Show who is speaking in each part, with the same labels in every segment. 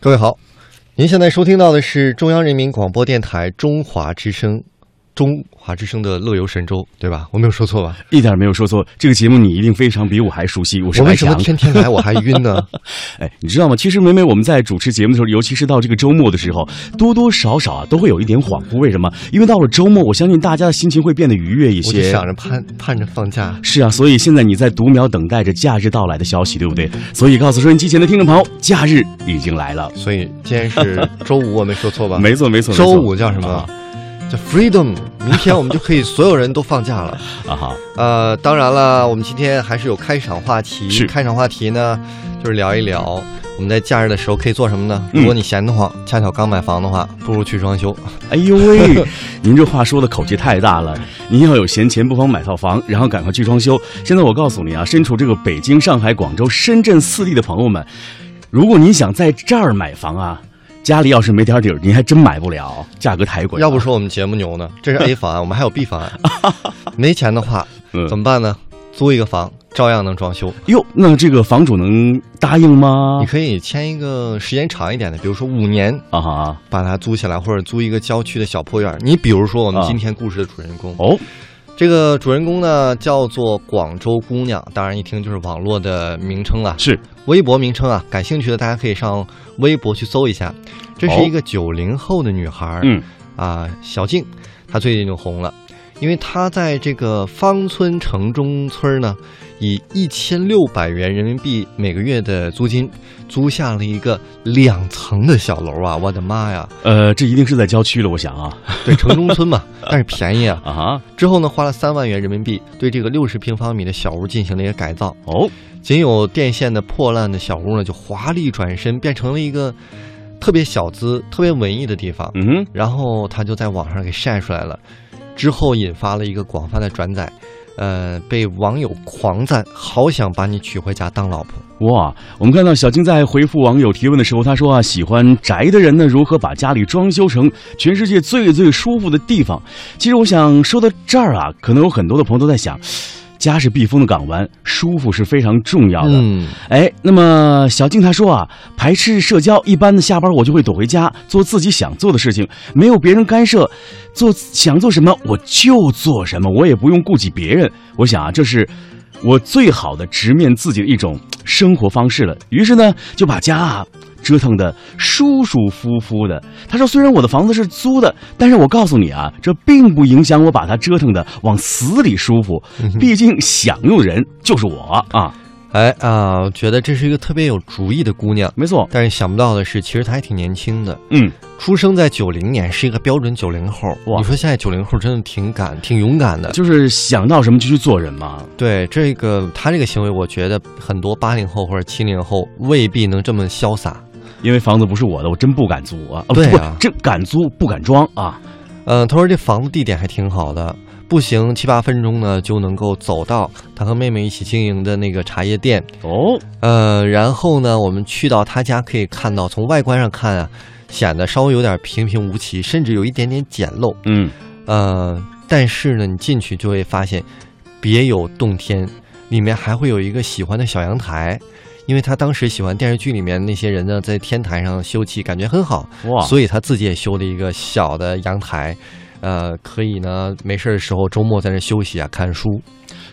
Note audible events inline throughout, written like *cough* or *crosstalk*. Speaker 1: 各位好，您现在收听到的是中央人民广播电台中华之声，中华之声的《乐游神州》，对吧？我没有说错吧？
Speaker 2: 一点没有说错。这个节目你一定非常比我还熟悉，我是
Speaker 1: 我
Speaker 2: 白
Speaker 1: 为什
Speaker 2: 强
Speaker 1: 么。天天来我还晕
Speaker 2: *laughs*
Speaker 1: 呢？
Speaker 2: 哎，你知道吗？其实每每我们在主持节目的时候，尤其是到这个周末的时候，多多少少啊都会有一点恍惚。为什么？因为到了周末，我相信大家的心情会变得愉悦一
Speaker 1: 我就
Speaker 2: 些。
Speaker 1: 想着盼盼着放假。
Speaker 2: 是啊，所以现在你在读秒等待着假日到来的消息，对不对？所以告诉收音机前的听众朋友，假日已经来了。
Speaker 1: 所以今天是周五，我没说错吧？
Speaker 2: 没错，没错，没错
Speaker 1: 周五叫什么
Speaker 2: 啊？
Speaker 1: 叫 Freedom。明天我们就可以所有人都放假了。
Speaker 2: 啊哈，
Speaker 1: 呃，当然了，我们今天还是有开场话题。
Speaker 2: 是
Speaker 1: 开场话题呢，就是聊一聊我们在假日的时候可以做什么呢？
Speaker 2: 嗯
Speaker 1: 如果你闲得慌，恰巧刚买房的话，不如去装修。
Speaker 2: 哎呦喂， *laughs* 您这话说的口气太大了。您要有闲钱，不妨买套房，然后赶快去装修。现在我告诉你啊，身处这个北京、上海、广州、深圳四地的朋友们，如果您想在这儿买房啊，家里要是没点底儿，您还真买不了，价格太贵了。
Speaker 1: 要不说我们节目牛
Speaker 2: *laughs*
Speaker 1: 呢，这是 A 方案，我们还有 B 方案。没钱的话
Speaker 2: 嗯
Speaker 1: 怎么办呢？租一个房，照样能装修。
Speaker 2: 哟，那这个房主能答应吗
Speaker 1: 你？可以签一个时间长一点的，比如说五年，
Speaker 2: 啊哈，
Speaker 1: 把它租下来，或者租一个郊区的小破院儿。你比如说我们
Speaker 2: 啊
Speaker 1: 今天故事的主人公，
Speaker 2: 哦，
Speaker 1: 这个主人公呢叫做广州姑娘，当然一听就是网络的名称了，
Speaker 2: 是
Speaker 1: 微博名称啊。感兴趣的大家可以上微博去搜一下。这是一个九零后的女孩，
Speaker 2: 嗯，
Speaker 1: 啊，小静，她最近就红了，因为她在这个芳村城中村呢，以一千六百元人民币每个月的租金，租下了一个两层的小楼啊！我的妈呀，
Speaker 2: 呃，这一定是在郊区了，我想啊，
Speaker 1: 对，城中村嘛，但是便宜啊。
Speaker 2: 啊哈，
Speaker 1: 之后呢，花了三万元人民币对这个六十平方米的小屋进行了一个改造，
Speaker 2: 哦，
Speaker 1: 仅有电线的破烂的小屋呢，就华丽转身变成了一个特别小资、特别文艺的地方。
Speaker 2: 嗯哼，
Speaker 1: 然后他就在网上给晒出来了，之后引发了一个广泛的转载，呃，被网友狂赞，好想把你娶回家当老婆。
Speaker 2: 哇，我们看到小金在回复网友提问的时候，他说啊，喜欢宅的人呢，如何把家里装修成全世界最最舒服的地方？其实我想说到这儿啊，可能有很多的朋友都在想，家是避风的港湾，舒服是非常重要的。
Speaker 1: 嗯，
Speaker 2: 哎，那么小静她说啊，排斥社交，一般的下班我就会躲回家，做自己想做的事情，没有别人干涉，做想做什么我就做什么，我也不用顾及别人。我想啊，这是我最好的直面自己的一种生活方式了。于是呢，就把家啊。折腾的舒舒服服的。她说：“虽然我的房子是租的，但是我告诉你啊，这并不影响我把它折腾的往死里舒服。毕竟享用人就是我啊，
Speaker 1: 哎啊，我觉得这是一个特别有主意的姑娘，
Speaker 2: 没错，
Speaker 1: 但是想不到的是，其实她还挺年轻的，
Speaker 2: 嗯。”
Speaker 1: 出生在九零年，是一个标准九零后。
Speaker 2: 哇
Speaker 1: 你说现在九零后真的挺敢、挺勇敢的。
Speaker 2: 就是想到什么就去做人嘛。
Speaker 1: 对这个，她这个行为，我觉得很多八零后或者七零后未必能这么潇洒。
Speaker 2: 因为房子不是我的，我真不敢租啊！哦
Speaker 1: 对
Speaker 2: 不
Speaker 1: 啊
Speaker 2: 真敢租不敢装啊！
Speaker 1: 嗯，他说这房子地点还挺好的，步行七八分钟呢就能够走到他和妹妹一起经营的那个茶叶店。
Speaker 2: 哦，
Speaker 1: 呃，然后呢，我们去到他家可以看到，从外观上看啊，显得稍微有点平平无奇，甚至有一点点简陋。
Speaker 2: 嗯，
Speaker 1: 呃，但是呢，你进去就会发现别有洞天，里面还会有一个喜欢的小阳台。因为他当时喜欢电视剧里面那些人呢，在天台上休憩，感觉很好，
Speaker 2: 哇，
Speaker 1: 所以他自己也修了一个小的阳台，呃，可以呢，没事儿的时候周末在那休息啊，看书。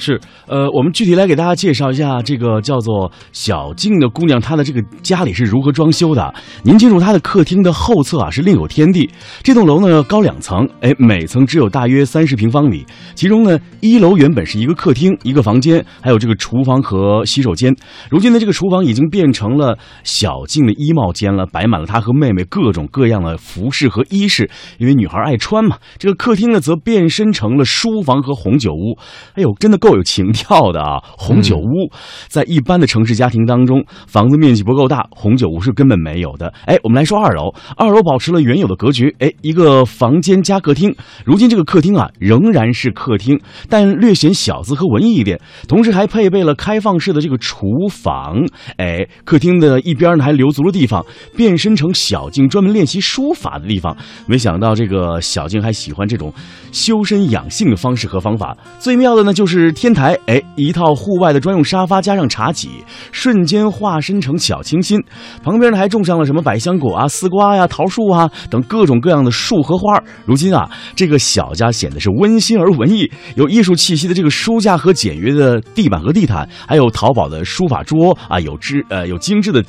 Speaker 2: 是呃，我们具体来给大家介绍一下这个叫做小静的姑娘，她的这个家里是如何装修的。您进入她的客厅的后侧啊，是另有天地。这栋楼呢高两层，哎，每层只有大约三十平方米。其中呢，一楼原本是一个客厅、一个房间，还有这个厨房和洗手间。如今呢，这个厨房已经变成了小静的衣帽间了，摆满了她和妹妹各种各样的服饰和衣饰，因为女孩爱穿嘛。这个客厅呢，则变身成了书房和红酒屋。哎呦，真的够有情调的啊！红酒屋，在一般的城市家庭当中，房子面积不够大，红酒屋是根本没有的。哎，我们来说二楼，二楼保持了原有的格局，哎，一个房间加客厅。如今这个客厅啊，仍然是客厅，但略显小资和文艺一点，同时还配备了开放式的这个厨房。哎，客厅的一边呢还留足了地方，变身成小静专门练习书法的地方。没想到这个小静还喜欢这种修身养性的方式和方法。最妙的呢，就是天台，哎，一套户外的专用沙发加上茶几，瞬间化身成小清新。旁边呢还种上了什么百香果啊、丝瓜呀、桃树啊等各种各样的树和花儿。如今啊，这个小家显得是温馨而文艺，有艺术气息的这个书架和简约的地板和地毯，还有淘宝的书法桌啊，有制呃有精致的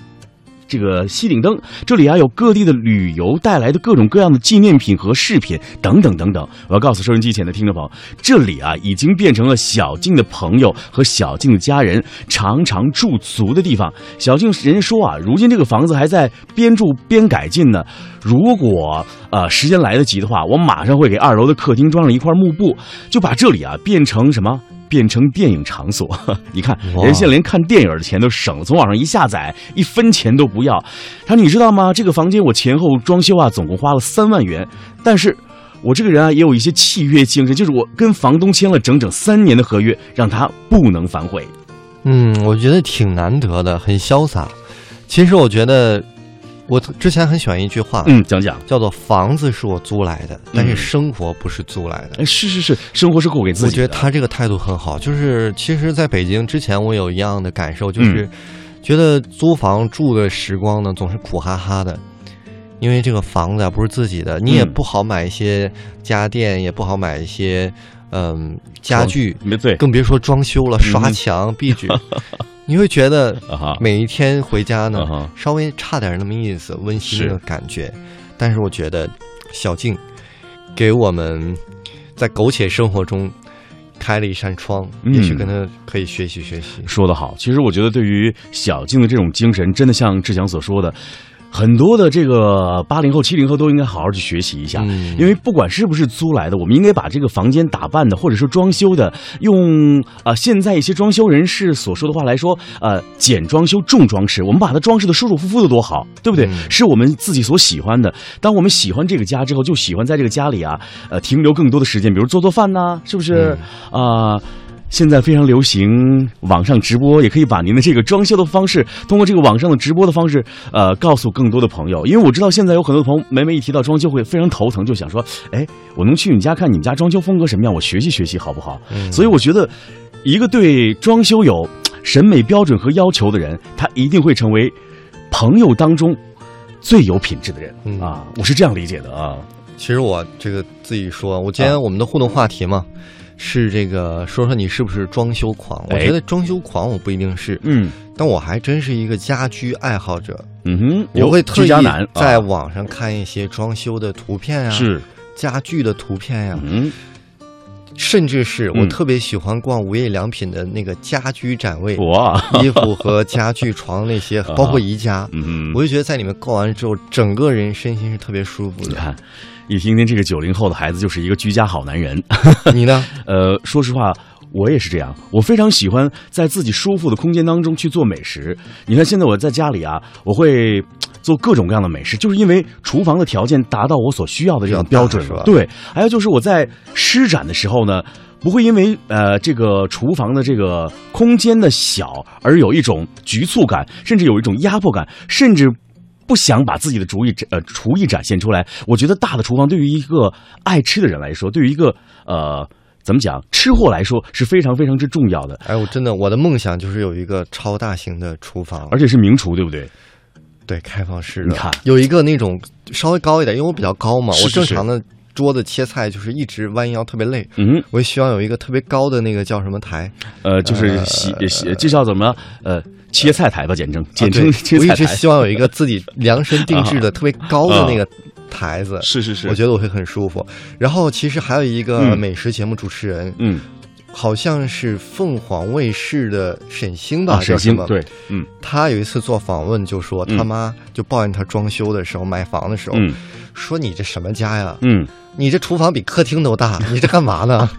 Speaker 2: 这个西顶灯，这里啊有各地的旅游带来的各种各样的纪念品和饰品等等等等。我要告诉收音机前的听众朋友，这里啊已经变成了小静的朋友和小静的家人常常驻足的地方。小静人家说啊，如今这个房子还在边住边改进呢。如果呃时间来得及的话，我马上会给二楼的客厅装上一块幕布，就把这里啊变成什么？变成电影场所， *laughs* 你看，
Speaker 1: 哇
Speaker 2: 人现在连看电影的钱都省了，从网上一下载，一分钱都不要。他说：“你知道吗？这个房间我前后装修啊，总共花了三万元，但是。”我这个人啊，也有一些契约精神，就是我跟房东签了整整三年的合约，让他不能反悔。
Speaker 1: 嗯，我觉得挺难得的，很潇洒。其实我觉得，我之前很喜欢一句话，
Speaker 2: 嗯，讲讲，
Speaker 1: 叫做“房子是我租来的，但是生活不是租来的”
Speaker 2: 哎，是是是，生活是够给自
Speaker 1: 我
Speaker 2: 己
Speaker 1: 觉
Speaker 2: 的。
Speaker 1: 得他这个态度很好，就是其实在北京之前，我有一样的感受，就是
Speaker 2: 嗯
Speaker 1: 觉得租房住的时光呢总是苦哈哈的，因为这个房子啊不是自己的，你也
Speaker 2: 嗯
Speaker 1: 不好买一些家电，也不好买一些嗯家具，
Speaker 2: 没对
Speaker 1: 更别说装修
Speaker 2: 嗯
Speaker 1: 了、刷墙、壁
Speaker 2: *laughs*
Speaker 1: 纸，你会觉得
Speaker 2: 啊哈，
Speaker 1: 每一天回家呢
Speaker 2: 啊哈
Speaker 1: 稍微差点那么意思，温馨的感觉。但是我觉得小静给我们在苟且生活中开了一扇窗，
Speaker 2: 嗯
Speaker 1: 也许跟她可以学习学习。
Speaker 2: 说得好，其实我觉得对于小静的这种精神，真的像志强所说的，很多的这个八零后、七零后都应该好好去学习一下。
Speaker 1: 嗯
Speaker 2: 因为不管是不是租来的，我们应该把这个房间打扮的，或者说装修的，用呃现在一些装修人士所说的话来说，呃，简装修重装饰，我们把它装饰的舒舒服服的多好，对不对？
Speaker 1: 嗯
Speaker 2: 是我们自己所喜欢的。当我们喜欢这个家之后，就喜欢在这个家里啊，呃，停留更多的时间，比如做做饭呐、是不是？啊、现在非常流行网上直播，也可以把您的这个装修的方式，通过这个网上的直播的方式，呃，告诉更多的朋友。因为我知道现在有很多朋友，每每一提到装修会非常头疼，就想说，哎，我能去你家看你们家装修风格什么样，我学习学习好不好？
Speaker 1: 嗯
Speaker 2: 所以我觉得，一个对装修有审美标准和要求的人，他一定会成为朋友当中最有品质的人、
Speaker 1: 嗯
Speaker 2: 啊！我是这样理解的啊。
Speaker 1: 其实我这个自己说，我今天我们的互动话题嘛。是这个，说说你是不是装修狂？我
Speaker 2: 哎
Speaker 1: 觉得装修狂我不一定是，
Speaker 2: 嗯
Speaker 1: 但我还真是一个家居爱好者。
Speaker 2: 嗯哼，
Speaker 1: 我会特
Speaker 2: 居
Speaker 1: 意
Speaker 2: 家男
Speaker 1: 在
Speaker 2: 啊
Speaker 1: 网上看一些装修的图片呀、
Speaker 2: 是
Speaker 1: 家具的图片呀、
Speaker 2: 嗯
Speaker 1: 甚至是我
Speaker 2: 嗯
Speaker 1: 特别喜欢逛无印良品的那个家居展位，
Speaker 2: 嗯我
Speaker 1: 衣服和家具、床那
Speaker 2: *laughs*
Speaker 1: 些，包括宜家，
Speaker 2: 啊嗯哼
Speaker 1: 我就觉得在里面逛完之后，整个人身心是特别舒服
Speaker 2: 你
Speaker 1: 的。
Speaker 2: 看，一听听这个九零后的孩子就是一个居家好男人。
Speaker 1: *laughs* 你呢？
Speaker 2: 呃，说实话。我也是这样，我非常喜欢在自己舒服的空间当中去做美食。你看，现在我在家里啊，我会嘖做各种各样的美食，就是因为厨房的条件达到我所需要的这种
Speaker 1: 比较大
Speaker 2: 标准
Speaker 1: 是吧
Speaker 2: 了。对，还有就是我在施展的时候呢，不会因为呃这个厨房的这个空间的小而有一种局促感，甚至有一种压迫感，甚至。不想把自己的厨艺展呃厨艺展现出来，我觉得大的厨房对于一个爱吃的人来说，对于一个呃怎么讲吃货来说是非常非常之重要的，
Speaker 1: 哎，我真的，我的梦想就是有一个超大型的厨房，
Speaker 2: 而且是名厨，对不对？
Speaker 1: 对，开放式
Speaker 2: 你
Speaker 1: 的
Speaker 2: 看，
Speaker 1: 有一个那种稍微高一点，因为我比较高嘛，
Speaker 2: 是
Speaker 1: 我
Speaker 2: 是
Speaker 1: 正
Speaker 2: 是
Speaker 1: 常的桌子切菜就是一直弯腰，特别累。
Speaker 2: 嗯，
Speaker 1: 我希望有一个特别高的那个叫什么台，
Speaker 2: 呃，就是洗洗，这叫怎么呃切菜台吧，简称
Speaker 1: 啊
Speaker 2: 简
Speaker 1: 对
Speaker 2: 称切
Speaker 1: 我一
Speaker 2: 菜
Speaker 1: 直
Speaker 2: 台，啊
Speaker 1: 希望有一个自己量身定制
Speaker 2: *laughs*
Speaker 1: 的特别高的那个台子，
Speaker 2: 是是是
Speaker 1: 我，觉得我会很舒服。然后其实还有一个
Speaker 2: 嗯
Speaker 1: 美食节目主持人，
Speaker 2: 嗯
Speaker 1: 好像是凤凰卫视的沈星吧，
Speaker 2: 啊，
Speaker 1: 叫
Speaker 2: 沈
Speaker 1: 什
Speaker 2: 星
Speaker 1: 么？
Speaker 2: 对，嗯
Speaker 1: 他有一次做访问就说，
Speaker 2: 嗯
Speaker 1: 他妈就抱怨他装修的时候、买房的时候，
Speaker 2: 嗯
Speaker 1: 说你这什么家呀？
Speaker 2: 嗯， *laughs*
Speaker 1: 你这厨房比客厅都大，你这干嘛呢？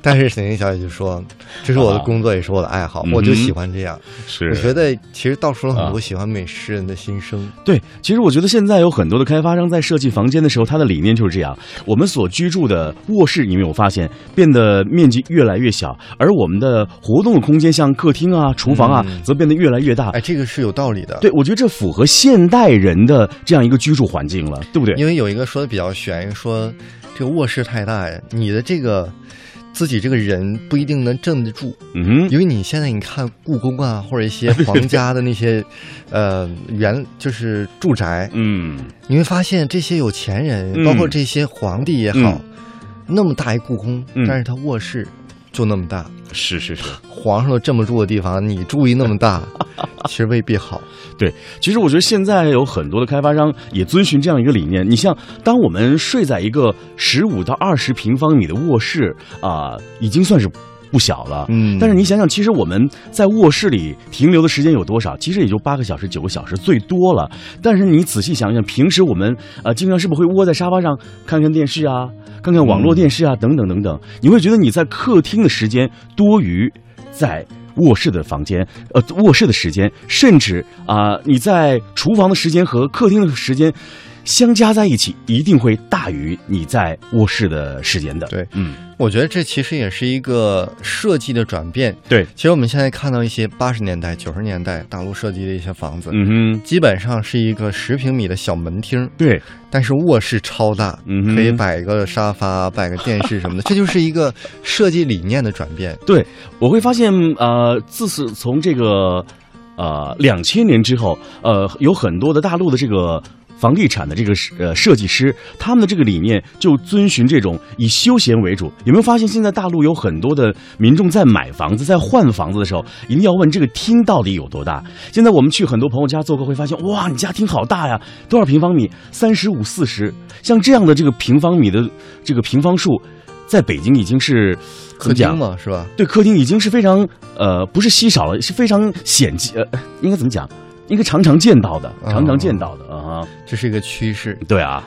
Speaker 1: 但是沈凌小姐就说：“这是我的工作，也是我的爱好，
Speaker 2: 啊嗯哼
Speaker 1: 我就喜欢这样。”我
Speaker 2: 是啊
Speaker 1: 觉得其实道出了很多喜欢美食人的心声。
Speaker 2: 对。其实我觉得现在有很多的开发商在设计房间的时候，他的理念就是这样。我们所居住的卧室，你有没有发现变得面积越来越小，而我们的活动的空间，像客厅啊、厨房啊，
Speaker 1: 嗯
Speaker 2: 则变得越来越大。
Speaker 1: 哎，这个是有道理的。
Speaker 2: 对，我觉得这符合现代人的这样一个居住环境了，对不对？
Speaker 1: 因为有一个说的比较悬，一个说这个卧室太大呀，你的这个自己这个人不一定能镇得住，
Speaker 2: 嗯哼，
Speaker 1: 因为你现在你看故宫啊，或者一
Speaker 2: *laughs*
Speaker 1: 些皇家的那些呃原就是住宅，
Speaker 2: 嗯，
Speaker 1: 你会发现这些有钱人，
Speaker 2: 嗯
Speaker 1: 包括这些皇帝也好，那么大一故宫
Speaker 2: 嗯，
Speaker 1: 但是他卧室就那么大，
Speaker 2: 是是是。
Speaker 1: 皇上都这么住的地方，你住一那么
Speaker 2: *laughs*
Speaker 1: 大，其实未必好。
Speaker 2: 对，其实我觉得现在有很多的开发商也遵循这样一个理念。你像，当我们睡在一个十五到二十平方米的卧室啊、已经算是不小了。
Speaker 1: 嗯
Speaker 2: 但是你想想，其实我们在卧室里停留的时间有多少？其实也就八个小时、九个小时最多了。但是你仔细想想，平时我们呃经常是不是会窝在沙发上看看电视啊，看看网络电视啊，等等等等，你会觉得你在客厅的时间多于在。卧室的房间，呃，卧室的时间，甚至啊、你在厨房的时间和客厅的时间相加在一起，一定会大于你在卧室的时间的。
Speaker 1: 对
Speaker 2: 嗯，
Speaker 1: 我觉得这其实也是一个设计的转变。
Speaker 2: 对，
Speaker 1: 其实我们现在看到一些八十年代、九十年代大陆设计的一些房子，
Speaker 2: 嗯哼，
Speaker 1: 基本上是一个十平米的小门厅，
Speaker 2: 对，
Speaker 1: 但是卧室超大，
Speaker 2: 嗯哼
Speaker 1: 可以摆一个沙发、摆个电视什么的，这就是一个设计理念的转变。
Speaker 2: 对，我会发现，呃，自此从这个，呃，两千年之后，呃，有很多的大陆的这个房地产的这个呃设计师，他们的这个理念就遵循这种呃以休闲为主。有没有发现，现在大陆有很多的民众在买房子、在换房子的时候，一定要问这个厅到底有多大？现在我们去很多朋友家做客，会发现，哇，你家厅好大呀，多少平方米？三十五、四十，像这样的这个平方米的这个平方数。在北京已经是 *laughs* 怎
Speaker 1: 客
Speaker 2: 么讲
Speaker 1: 厅？嘛，是吧？
Speaker 2: 对客厅已经是非常呃，不是稀少了，是非常显见，呃，应该怎么讲？应该常常见到的，常常见到的啊、
Speaker 1: 这是一个趋势。
Speaker 2: 对啊，